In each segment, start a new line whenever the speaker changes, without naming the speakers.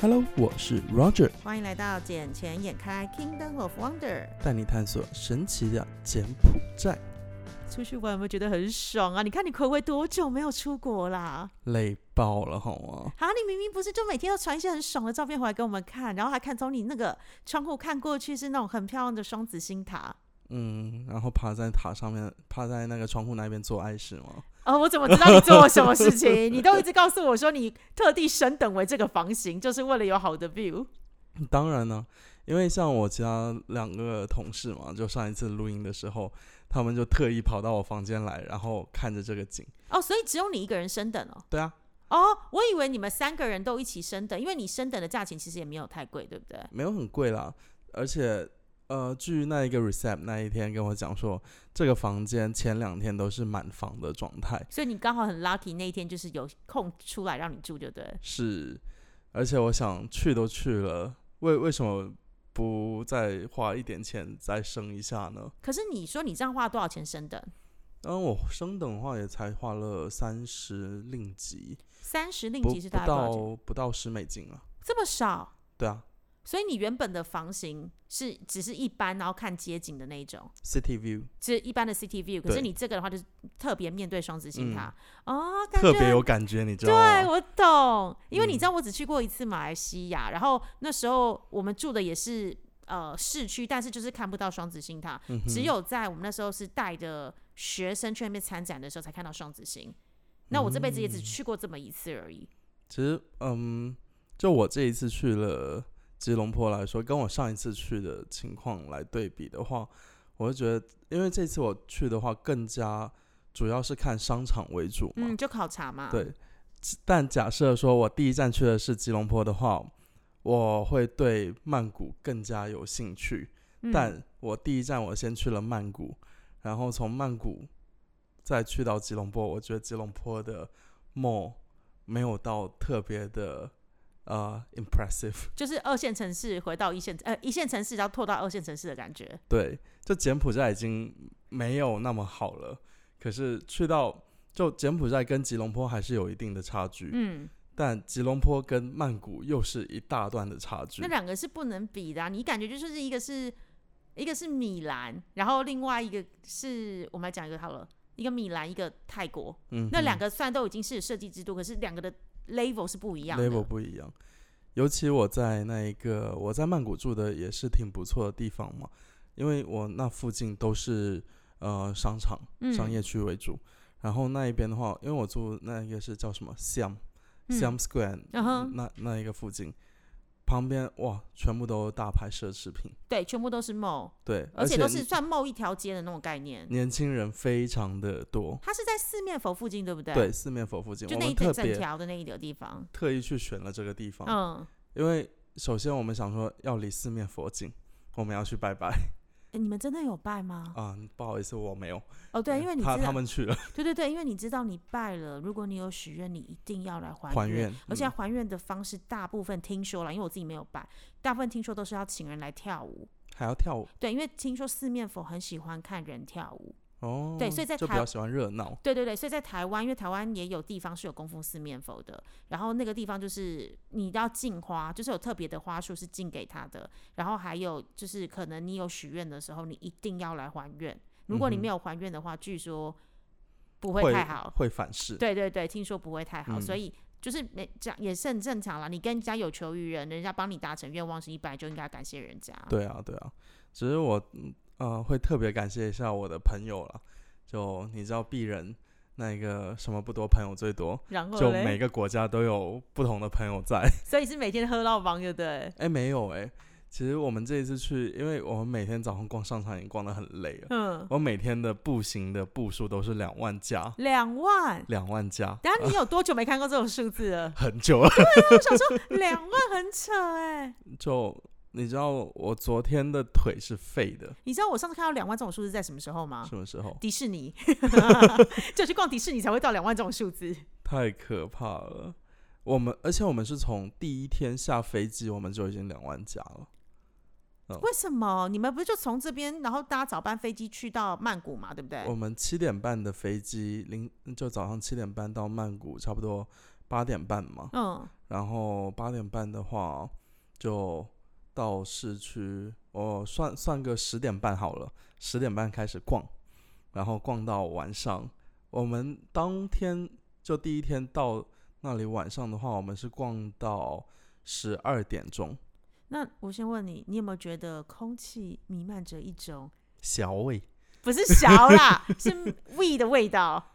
Hello，我是 Roger，
欢迎来到《捡钱眼开 Kingdom of Wonder》。
带你探索神奇的柬埔寨。
出去玩有没有觉得很爽啊？你看你暌违多久没有出国啦？
累爆了好吗？
啊，你明明不是就每天都传一些很爽的照片回来给我们看，然后还看从你那个窗户看过去是那种很漂亮的双子星塔。
嗯，然后爬在塔上面，趴在那个窗户那边做爱是吗？
哦，我怎么知道你做了什么事情？ 你都一直告诉我说你特地升等为这个房型，就是为了有好的 view。
当然呢、因为像我其他两个同事嘛，就上一次录音的时候，他们就特意跑到我房间来，然后看着这个景。
哦，所以只有你一个人升等哦。
对啊，
哦，我以为你们三个人都一起升等，因为你升等的价钱其实也没有太贵，对不对？
没有很贵啦，而且呃，据那一个 recep 那一天跟我讲说，这个房间前两天都是满房的状态。
所以你刚好很 lucky 那一天就是有空出来让你住，就对了。
是，而且我想去都去了，为为什么不再花一点钱再升一下呢？
可是你说你这样花多少钱升等？
然后我升等的话也才花了三十令吉，
三十令
不
吉是
不
大概多少钱？
到不到十美金啊。
这么少，
对啊
所以你原本的房型是只是一般，然后看街景的那一种，
，City View
是一般的 City View。可是
对嗯
你这个的话就是特别面对双子星塔、哦，感觉
特别有感觉，你知道
对，
吗？
我懂，因为你
哦嗯
知道我只去过一次马来西亚，然后那时候我们住的也是呃市区，但是就是看不到双子星塔，
嗯哼
只有在我们那时候是带着学生去那边参展的时候才看到双子星。那我这辈子也只去过这么一次而已。
其实，嗯，就我这一次去了吉隆坡来说，跟我上一次去的情况来对比的话，我会觉得，因为这次我去的话，更加主要是看商场为主嘛。
嗯，就考察嘛。
对，其但假设说我第一站去的是吉隆坡的话，我会对曼谷更加有兴趣。
嗯，
但我第一站我先去了曼谷，然后从曼谷再去到吉隆坡，我觉得吉隆坡的 mall 没有到特别的呃 impressive。
就是二线城市回到一线，呃，一线城市然后拓到二线城市的感觉。
对，就柬埔寨已经没有那么好了，可是去到就柬埔寨跟吉隆坡还是有一定的差距，
嗯，
但吉隆坡跟曼谷又是一大段的差距
那。两个是不能比的、啊。你感觉就是一个是一个是米兰，然后另外一个是我们来讲一个好了，一个米兰，一个泰国。
嗯哼，
那两个虽然都已经是设计之都，可是两个的 level 是不一样的。
level 不一样。尤其我在那一个我在曼谷住的也是挺不错的地方嘛，因为我那附近都是呃商场、
嗯
商业区为主。然后那一边的话，因为我住那一个是叫什么 Siam、
嗯
Siam Square，、
嗯哼
那那一个附近旁边哇，全部都大牌奢侈品，
对，全部都是 mall，
对，
而
而
且都是算 mall 一条街的那种概念。
年轻人非常的多。
它是在四面佛附近，对不对？
对，，四面佛附近，
就
我
那一
们
条
特
整
别哦
条的那一个地方。
特意去选了这个地方。
嗯，
因为首先我们想说要离四面佛近，我们要去拜拜
诶你们真的有拜吗？
啊、不好意思，我没有。
哦，对，因为你知
他他
道，
们去了
对对对，因为你知道你拜了，如果你有许愿，你一定要来还
还愿，
而且
嗯
还愿的方式，大部分听说了，因为我自己没有拜，大部分听说都是要请人来跳舞。
还要跳舞
对，因为听说四面佛很喜欢看人跳舞。
哦。
对所以在
就比
台
较喜欢热闹。
对对对，所以在台湾，因为台湾也有地方是有供奉四面佛的，然后那个地方就是你要敬花，就是有特别的花束是敬给他的，然后还有就是可能你有许愿的时候，你一定要来还愿。如果你
嗯哼
没有还愿的话，据说不会太好。
会反噬。
对对对，听说不会太好，
嗯
所以就是没这样也是很正常啦。你跟人家有求于人，人家帮你达成愿望是你本来就应该感谢人家。
对啊，对啊。只是我嗯呃会特别感谢一下我的朋友啦，就你知道鄙人那个什么不多，朋友最多，
然后
就
嘞
每个国家都有不同的朋友在。
所以是每天喝到忙，对不对？
哎，没有哎，其实我们这一次去，因为我们每天早上逛商场已经逛得很累了。
嗯，
我每天的步行的步数都是两万加，
两万。
两万加，？
等下你有多久没看过这种数字了
很久了。
两万很扯哎、
就你知道我昨天的腿是废的，
你知道我上次看到两万这种数字在什么时候吗？
什么时候？
迪士尼，就去逛迪士尼才会到两万这种数字。
太可怕了。我们而且我们是从第一天下飞机，我们就已经两万加了。
为什么你们不是就从这边，然后搭早班飞机去到曼谷嘛，对不对
我？们七点半的飞机，零就早上七点半到曼谷，差不多八点半嘛。
嗯，
然后八点半的话就到市区，我算算个十点半好了，十点半开始逛，然后逛到晚上。我们当天就第一天到那里，晚上的话，我们是逛到十二点钟，
那我先问你，你有没有觉得空气弥漫着一种
小味。
不是小啦，是味的味道？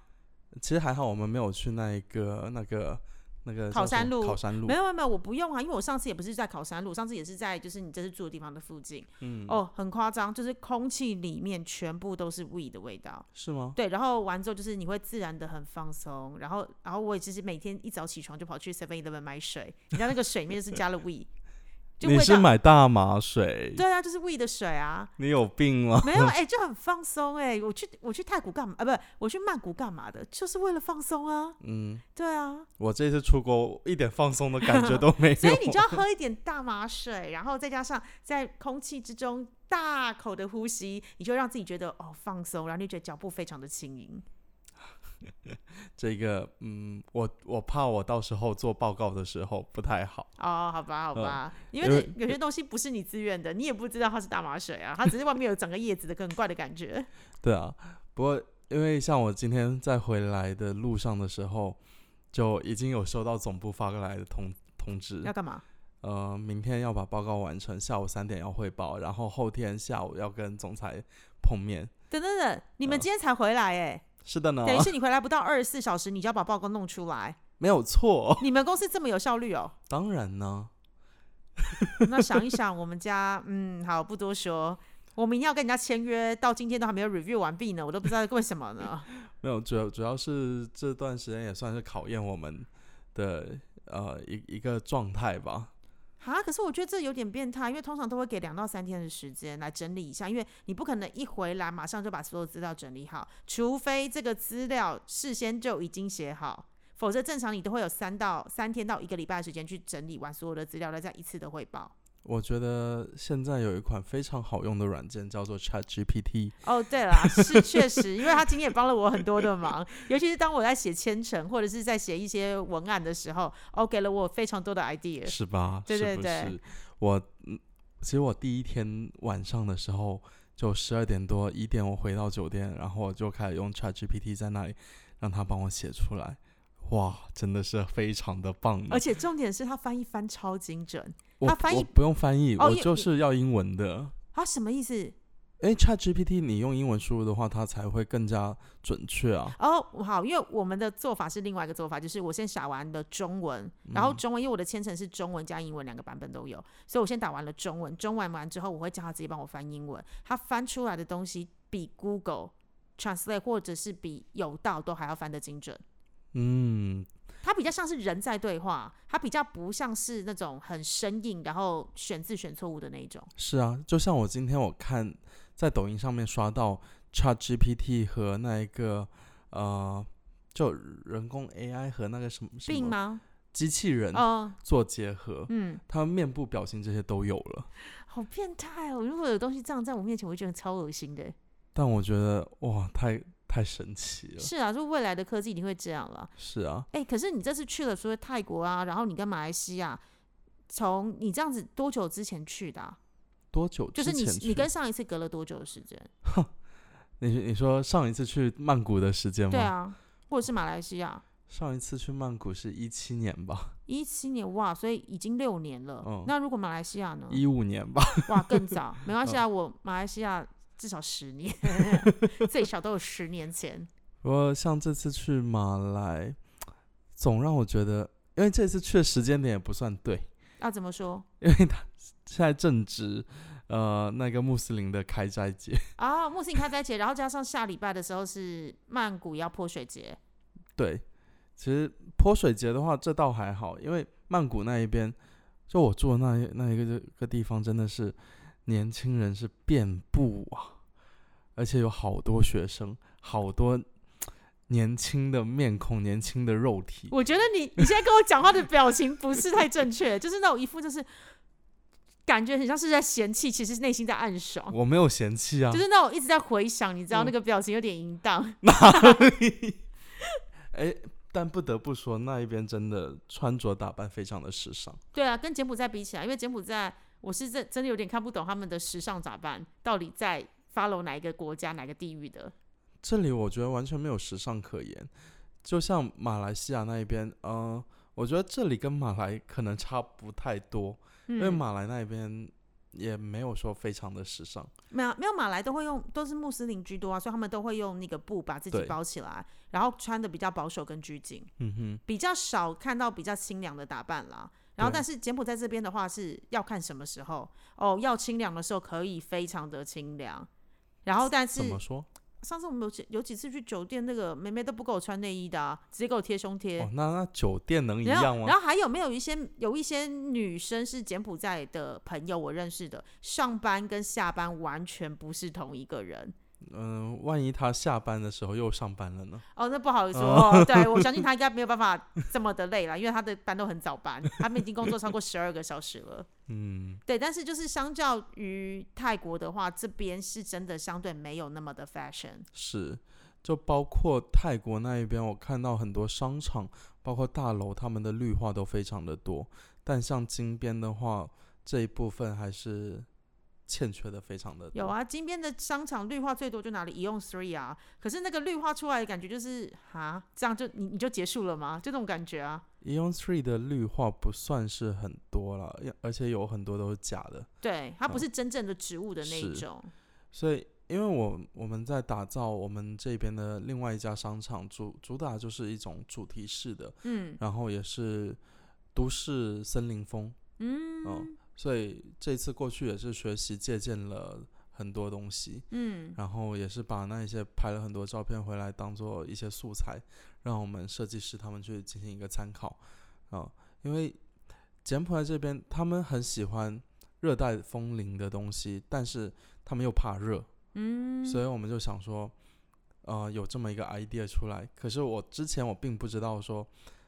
其实还好，我们没有去那一个那个那个
考
叫什
山
么
路
考山路
没，有没有没有，我不用啊，因为我上次也不是在考山路，上次也是在就是你这次住的地方的附近。
嗯，
哦，很夸张，就是空气里面全部都是味的味道。
是吗？
对，然后完之后就是你会自然的很放松，然后然后我也就是每天一早起床就跑去 Seven Eleven 买水，你知道那个水里面就是加了味，就味
你是
道。
买大麻水？
对啊，就是味的水啊，
你有病吗？
没有哎、就很放松哎、我去我去泰国干嘛啊？不是，我去曼谷干嘛的？就是为了放松啊。
嗯，
对啊，
我这次出国一点放松的感 觉都没有。
所以你就要喝一点大麻水，然后再加上在空气之中大口的呼吸，你就让自己觉得哦放松，然后你就觉得脚步非常的轻盈。
这个，嗯，我我怕我到时候做报告的时候不太好。
哦，好吧，好
嗯
吧，因
因
为
为
那有些东西不是你自愿的，你也不知道它是大麻水啊，它只是外面有长个叶子的很怪的感 觉。
对啊，不过因为像我今天在回来的路上的时候，就已经有收到总部发过来的通通知
要，干嘛？
呃，明天要把报告完成，下午三点要汇报，然后后天下午要跟总裁碰面。
等等等，你们
嗯
今天才回来哎、
是的呢，
等于是你回来不到二十四小时，你就要把报告弄出来。
没有错，
你们公司这么有效率哦？
当然呢，
那想一想，我们家嗯，好，不多说。我明天要跟人家签约，到今天都还没有 review 完毕呢，我都不知道为什么呢。
没有主要主要是这段时间也算是考验我们的呃一一个状态吧。
啊，可是我觉得这有点变态，因为通常都会给两到三天的时间来整理一下，因为你不可能一回来马上就把所有资料整理好，除非这个资料事先就已经写好，否则正常你都会有三到三天到一个礼拜的时间去整理完所有的资料，再一次的汇报。
我觉得现在有一款非常好用的软件叫做 ChatGPT，
哦，对啦，是确实，因为他今天也帮了我很多的忙，尤其是当我在写千层或者是在写一些文案的时候，哦，给了我非常多的 idea。
是吧？
对对
是
对
不是？我嗯其实我第一天晚上的时候就十二点多一点我回到酒店，然后我就开始用 ChatGPT 在那里让它帮我写出来，哇，真的是非常的棒呢
而且重点是他翻译翻超精准，
我
它翻
我
译
不用翻译，
哦
我
因为
就
你
是要英文的。
啊，什么意思？
因为 ChatGPT 你用英文输入的话，它才会更加准确啊。
哦，好，因为我们的做法是另外一个做法，就是我先打完了中文，然后中文，因为我的签程是中文加英文两个版本都有，所以我先打完了中文，中文完之后，我会叫他直接帮我翻英文，他翻出来的东西比 Google Translate 或者是比有道都还要翻得精准。
嗯，
它比较像是人在对话，它比较不像是那种很生硬，然后选字选错误的那一种。
是啊，就像我今天我看在抖音上面刷到 ChatGPT 和那一个呃，就人工 AI 和那个什么什
病
么
吗？
机器人
哦，
做结合，
嗯，
它面部表情这些都有了。
好变态哦！如果有东西这样在我面前，我会觉得超恶心的。
但我觉得哇，太太神奇了。
是啊，就未来的科技一定会这样了。
是啊，
哎、可是你这次去了，除了泰国啊，然后你跟马来西亚，从你这样子多久之前去的啊、
多久
就
之
是
前
你
去嗯
你跟上一次隔了多久的时间？
你你说上一次去曼谷的时间吗？
对啊，或者是马来西亚，
上一次去曼谷是一七年吧，
一七年哇，所以已经六年了。
嗯
那如果马来西亚呢？
一五年吧，
哇，更早，没关系啊，我马来西亚至少十年， 最少都有十年前。
不过像这次去马来，总让我觉得，因为这次去的时间点也不算对，
要啊怎么说
因为他现在正值呃那个穆斯林的开斋节，
啊？穆斯林开斋节，然后加上下礼拜的时候是曼谷要泼水节，
对，其实泼水节的话，这倒还好，因为曼谷那一边，就我住的那一那一个这个地方，真的是年轻人是遍布啊，而且有好多学生，好多年轻的面孔，年轻的肉体，
我觉得你你现在跟我讲话的表情不是太正确，就是那种一副就是感觉很像是在嫌弃，其实内心在暗爽，
我没有嫌弃啊
就，是那种一直在回想，你知道那个表情有点淫荡。
哎，但不得不说，那一边真的穿着打扮非常的时尚。
对啊，跟柬埔寨比起来，因为柬埔寨我是真真的有点看不懂他们的时尚打扮到底在 follow 哪一个国家、哪个地域的。
这里我觉得完全没有时尚可言，就像马来西亚那一边，呃，我觉得这里跟马来可能差不太多，因为
嗯，
马来那一边也没有说非常的时尚。
没有没有马来都会用，都是穆斯林居多啊，所以他们都会用那个布把自己
对
包起来，然后穿的比较保守跟拘谨，
嗯哼，
比较少看到比较清凉的打扮啦。然后，
对
但是柬埔寨这边的话是要看什么时候哦，要清凉的时候可以非常的清凉。然后，但是
怎么说？
上次我们有几有几次去酒店，那个妹妹都不给我穿内衣的、啊，直接给我贴胸贴。
哦，那那酒店能一
然
样
后，
吗
然？后还有没有一些有一些女生是柬埔寨的朋友，我认识的，上班跟下班完全不是同一个人。
嗯、万一他下班的时候又上班了呢？
哦，那不好说、哦。对我相 信她应该没有办法这么的累了，因为她的班都很早班，他们已经工作超过十二个小时了。
嗯，
对，但是就是相较于泰国的话，这边是真的相对没有那么的 fashion。
是，就包括泰国那一边，我看到很多商场，包括大楼，他们的绿化都非常的多，但像金边的话，这一部分还是欠缺的非常的多。
有，啊，金边的商场绿化最多就哪里一用 three 啊，可是那个绿化出来的感觉就是哈，这样就你你就结束了吗？就这种感觉啊。
Eon E Three 的绿化不算是很多了，也而且有很多都是假的，
对，它不
哦
是真正的植物的那一
是
种。
所以。因为我我们在打造我们这边的另外一家商场主主打就是一种主题式的，
嗯
然后也是都市森林风，
嗯、
哦所以这次过去也是学习借鉴了很多东西，
嗯，
然后也是把那一些拍了很多照片回来当做一些素材，让我们设计师他们去进行一个参考啊、因为柬埔寨这边他们很喜欢热带风铃的东西，但是他们又怕热，
嗯，
所以我们就想说，呃，有这么一个 idea 出来。可是我之前我并不知道说，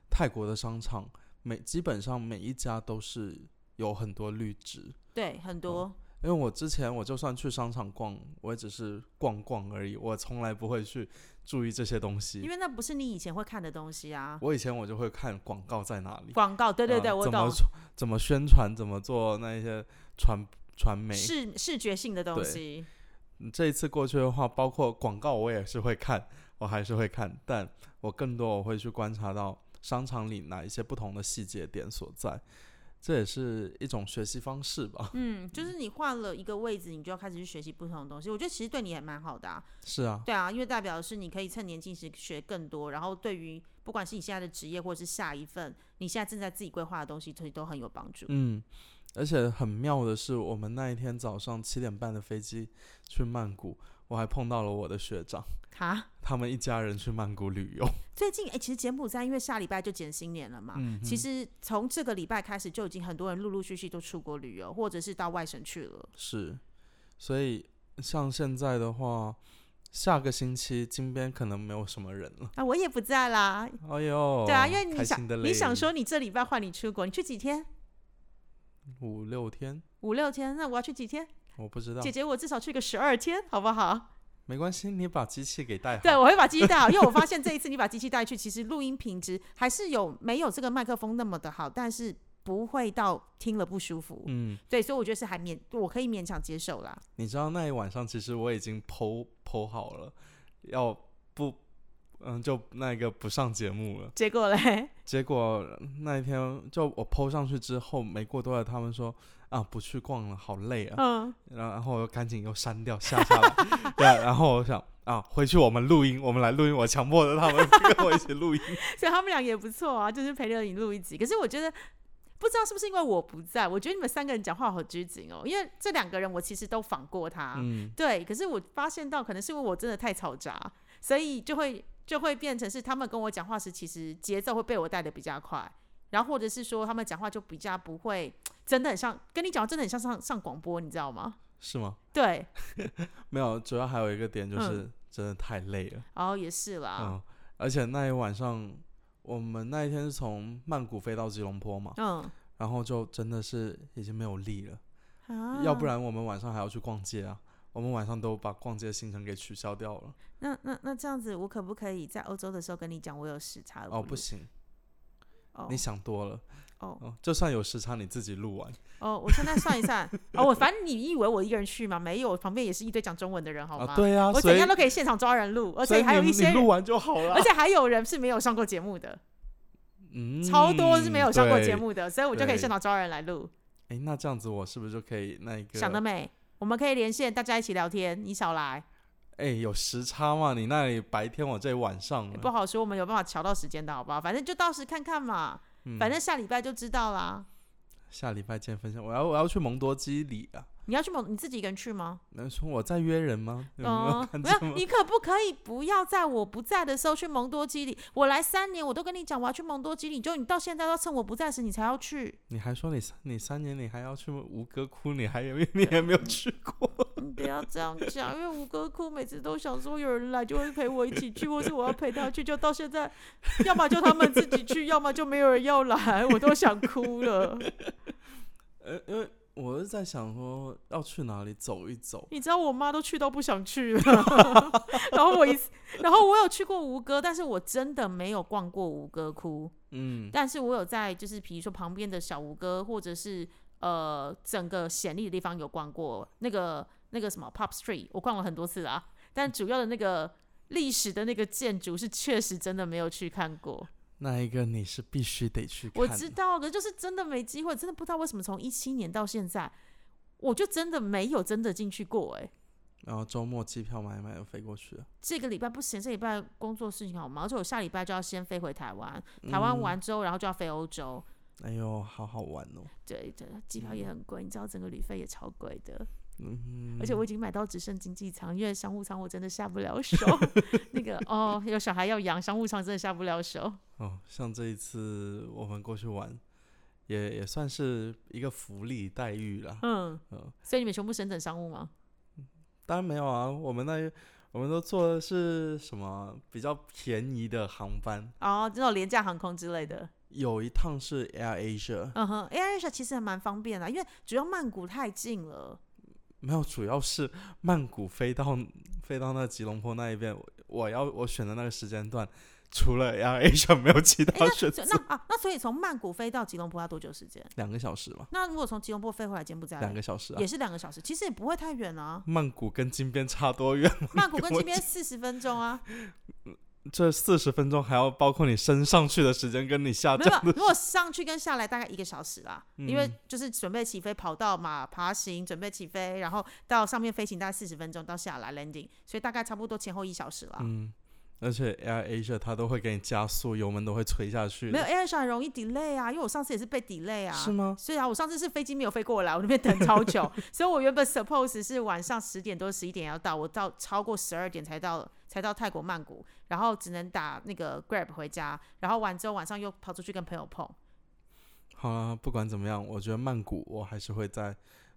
泰国的商场每基本上每一家都是有很多绿植，
对，很多、
因为我之前我就算去商场逛，我也只是逛逛而已，我从来不会去注意这些东西
因。为那不是你以前会看的东西啊。
我以前我就会看广告在哪里，
广告，对对
呃
对，我
怎么
懂，
做怎么宣传，怎么做那一些传传媒。
视视觉性的东
对
西。
嗯这一次过去的话，包括广告我也是会看，我还是会看，但我更多我会去观察到商场里哪一些不同的细节点所在，这也是一种学习方式吧。
嗯，就是你换了一个位置，你就要开始去学习不同的东西。我觉得其实对你也蛮好的啊。
是啊，
对啊，因为代表的是你可以趁年轻时学更多，然后对于不管是你现在的职业或者是下一份你现在正在自己规划的东西，对都很有帮助。
嗯，而且很妙的是，我们那一天早上七点半的飞机去曼谷，我还碰到了我的学长，
哈，
他们一家人去曼谷旅游。
最近哎、其实柬埔寨因为下礼拜就减新年了嘛，
嗯
其实从这个礼拜开始就已经很多人陆陆续续都出国旅游，或者是到外省去了。
是，所以像现在的话，下个星期金边可能没有什么人了。
啊，我也不在啦。
哎 呦，
对啊，因为你
开心
想
的
你想说你这礼拜换你出国，你去几天？
五六天，
五六天？那我要去几天？
我不知道
姐，姐，我至少去个十二天，好不好？
没关系，你把机器给带好。
对，我会把机器带好，因为我发现这一次你把机器带去，其实录音品质还是有没有这个麦克风那么的好，但是不会到听了不舒服。
嗯，
对，所以我觉得是还勉，我可以勉强接受 啦。
你知道那一晚上其实我已经剖剖好了，要不，嗯，就那个不上节目了。
结果嘞，
结果那一天就我 PO 上去之后，没过多久他们说啊不去逛了，好累啊，
嗯，
然后然后我又赶紧又删掉下下来，对啊，然后我想啊回去我们录音，我们来录音，我强迫着他们 跟我一起录音，
所以他们俩也不错啊，就是陪着你录一集。可是我觉得。不知道是不是因为我不在，我觉得你们三个人讲话好拘谨哦。因为这两个人我其实都访过他，
嗯，
对，可是我发现到，可能是因为我真的太嘈杂，所以就会就会变成是他们跟我讲话时，其实节奏会被我带的比较快，然后或者是说他们讲话就比较不会，真的很像跟你讲，真的很像上上广播，你知道吗？
是吗？
对，
没有，主要还有一个点就是真的太累了，
然后也是啦，
嗯，而且那一晚上我们那一天是从曼谷飞到吉隆坡嘛，
嗯，
然后就真的是已经没有力了，
啊
要不然我们晚上还要去逛街啊，我们晚上都把逛街的行程给取消掉了。
那那那这样子，我可不可以在欧洲的时候跟你讲我有时差了？
哦，不行，
哦，
你想多了。
哦
哦，就算有时差，你自己录完
哦，我现在算一算，哦，我反正你以为我一个人去吗？没有，我旁边也是一堆讲中文的人，好吗？
啊，对啊，
我
所
怎
以
样都可以现场抓人录，而
所以
且还有
你
一些
你录
人，
完就好了
而。且还有人是没有上过节目的，
嗯，
超多是没有上过节
对。
目的，所以我就可以
对
现场抓人来录。
哎，那这样子我是不是就可以那个？
想得美，我们可以连线，大家一起聊天。你少来，
哎，有时差嘛？你那里白天，我这里晚上
也
了。
不好说，我们有办法瞧到时间的好不好？反正就到时看看嘛，
嗯
反正下礼拜就知道啦。
下礼拜见分享。我要我要去蒙多基里啊！
你要去某你自己一个人去 吗？
能说我在约人吗？有没有
嗯，
看
没
这
有，
么？
你可不可以不要在我不在的时候去蒙多基里？我来三年，我都跟你讲我要去蒙多基里，就你到现在要趁我不在时你才要去，
你还说你三你三年你还要去吴哥窟，你还有 你还没有去 过？
你不要这样讲，因为吴哥窟每次都想说有人来就会陪我一起去，或是我要陪他去，就到现在，要么就他们自己去，要么就没有人要来，我都想哭了。
呃，因为我是在想说要去哪里走一走。
你知道我妈都去到不想去了， 然后我一次，然后我有去过吴哥，但是我真的没有逛过吴哥窟，
嗯，
但是我有在就是比如说旁边的小吴哥，或者是呃整个显利的地方有逛过，那个那个什么 Pop Street，我逛了很多次啊，但主要的那个历史的那个建筑是确实真的没有去看过。
那一个你是必须得去看
我
的。
知道，可就是真的没机会，真的不知道为什么从一七年到现在，我就真的没有真的进去过、欸，
然后周末机票买一买就飞过去了。
这个礼拜不行，这礼拜工作事情好忙，而且我下礼拜就要先飞回台湾，台
嗯
湾完之后，然后就要飞欧洲。
哎呦，好好玩哦。
对对，机票也很贵，你知道整个旅费也超贵的，
嗯，
而且我已经买到只剩经济舱，因为商务舱我真的下不了手。 那个哦，有小孩要养，商务舱真的下不了手。
哦，像这一次我们过去玩，也也算是一个福利待遇啦。
嗯，
嗯，
所以你们全部升等商务吗？
当然没有啊，我们那我们都坐的是什么比较便宜的航班，
哦，这种廉价航空之类的。
有一趟是 Air Asia，、
嗯哼，Air Asia 其实还蛮方便的，因为主要曼谷太近了。
没有，主要是曼谷飞到飞到那吉隆坡那一边，我我要我选的那个时间段，除了 Air Asia 没有其
哎
他选择
所以，那啊，那所以从曼谷飞到吉隆坡要多久时间？
两个小时吧，
那如果从吉隆坡飞回来柬埔寨嘞，
两个小时啊。
也，是两个小时，其实也不会太远啊
曼谷跟金边差多远？
曼谷跟这边四十分钟啊，
这四十分钟还要包括你升上去的时间跟你下
没有
降，
没有，如果上去跟下来大概一个小时啦，因为
嗯
就是准备起飞跑道嘛，爬行准备起飞，然后到上面飞行大概四十分钟，到下来 landing，所以大概差不多前后一小时啦。
嗯，而且 Air Asia 它都会给你加速，油门都会吹下去的，
没有 air 上很容易 delay 啊，因为我上次也是被 delay 啊。
是吗？
所以啊，我上次是飞机没有飞过来，我那边等超久， 所以我原本 suppose 是晚上十点多十一点要到，我到超过十二点才到才到泰国曼谷，然后只能打那个 Grab 回家，然后完之后晚上又跑出去跟朋友碰，
好啦，不管怎么样，我觉得曼谷我还是会在，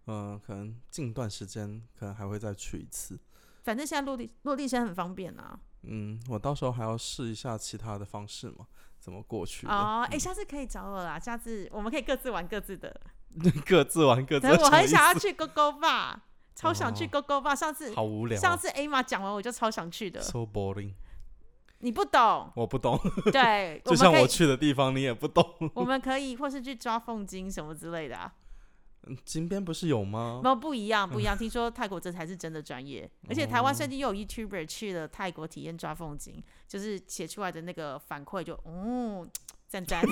嗯、可能近段时间可能还会再去一次。
反正现在落地落地生很方便啊。
嗯，我到时候还要试一下其他的方式嘛，怎么过去的？
哦，哎、下次可以找我啦，下次我们可以各自玩各自 的。
各自玩各自
但
的。
我很想要去勾勾吧，超想去
哦
勾勾吧。上次
好无聊、哦
上次 A 玛讲完我就超想去的，
s o boring，，
你不懂
我不懂，
对，我
就
们
像
可
我
以
去的地方你也不懂。
我们可以或是去抓凤金什么之类的、啊，
嗯金边不是有吗？
那不一样不一 样。听说泰国这才是真的专业，
哦
而且台湾最近又有 YouTuber 去了泰国体验抓凤金，就是写出来的那个反馈就嗯赞赞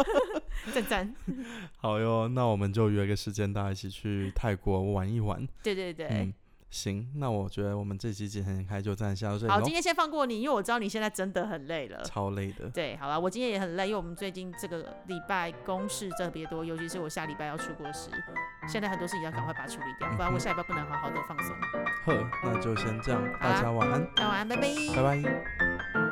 赞赞，
好哟，那我们就约个时间，大家一起去泰国玩一玩。
对对对。
嗯，行，那我觉得我们这期节目开就暂时到这里
好，
咯
今天先放过你，因为我知道你现在真的很累了。
超累 的。
对，好了，我今天也很累，因为我们最近这个礼拜公事特别多，尤其是我下礼拜要出国时，现在很多事情要赶快把它处理掉，不然我下礼拜不能好好的放松。
呵，那就先这样，
好
大
啊
家晚安，
那晚安，拜拜。
拜拜。